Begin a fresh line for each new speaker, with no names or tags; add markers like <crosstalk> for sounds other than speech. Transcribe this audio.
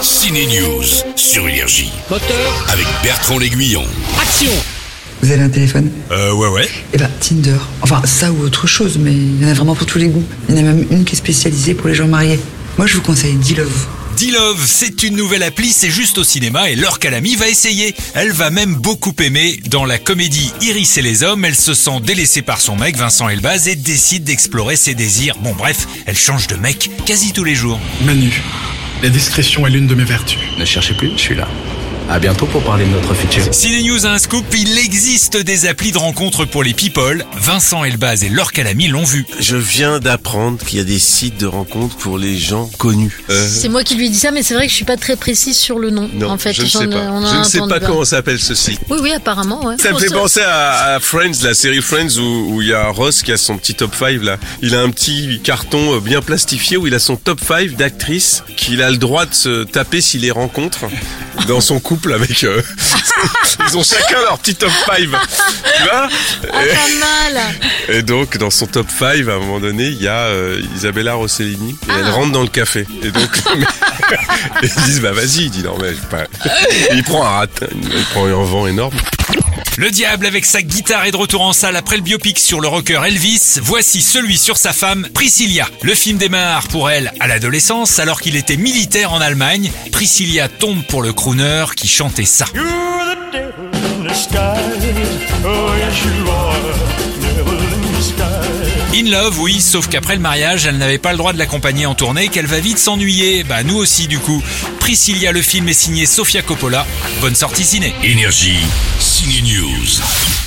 Ciné News sur Énergie
Moteur,
avec Bertrand L'Aiguillon.
action
Vous avez un téléphone
Euh, ouais, ouais.
Eh ben, Tinder. Enfin, ça ou autre chose, mais il y en a vraiment pour tous les goûts. Il y en a même une qui est spécialisée pour les gens mariés. Moi, je vous conseille D-Love.
D-Love, c'est une nouvelle appli, c'est juste au cinéma et Laure Calamy va essayer. Elle va même beaucoup aimer. Dans la comédie Iris et les hommes, elle se sent délaissée par son mec Vincent Elbaz et décide d'explorer ses désirs. Bon bref, elle change de mec quasi tous les jours.
Manu, la discrétion est l'une de mes vertus.
Ne cherchez plus, je suis là. À bientôt pour parler de notre futur.
Ciné News a un scoop, il existe des applis de rencontres pour les people. Vincent Elbaz et Laure Calamy l'ont vu.
Je viens d'apprendre qu'il y a des sites de rencontres pour les gens connus.
C'est moi qui lui ai dit ça, mais c'est vrai que je suis pas très précise sur le nom.
Euh. non,
en fait,
je ne
J'en
sais
ai-
pas.
on en
Je
a
ne sais
entendu
pas
parler.
comment s'appelle ce site.
Oui, oui, apparemment, ouais.
Ça me
On
fait
se-
penser à, à Friends, la série Friends, où où il y a Ross qui a son petit top 5 là. Il a un petit carton euh, bien plastifié où il a son top 5 d'actrices qu'il a le droit de se taper s'il les rencontre dans son couple avec... euh, <laughs> ils ont chacun leur petit top 5. Tu vois
Ah, pas mal.
Et donc, dans son top 5, à un moment donné, il y a euh, Isabella Rossellini. Et
Ah.
elle rentre dans le café. Et donc, <laughs> et ils disent, bah vas-y. Il dit, non, mais je sais pas. Il prend un rat. Il prend un vent énorme.
Le diable avec sa guitare est de retour en salle après le biopic sur le rocker Elvis. Voici celui sur sa femme, Priscilla. Le film démarre pour elle à l'adolescence alors qu'il était militaire en Allemagne. Priscilla tombe pour le crooner qui chantait ça.
You're the devil in disguise. Oh, yes, you are. Devil in disguise.
In love, oui, sauf qu'après le mariage, elle n'avait pas le droit de l'accompagner en tournée, qu'elle va vite s'ennuyer. Bah nous aussi du coup. Priscilla, le film est signé Sofia Coppola. Bonne sortie ciné.
Énergie, Ciné News.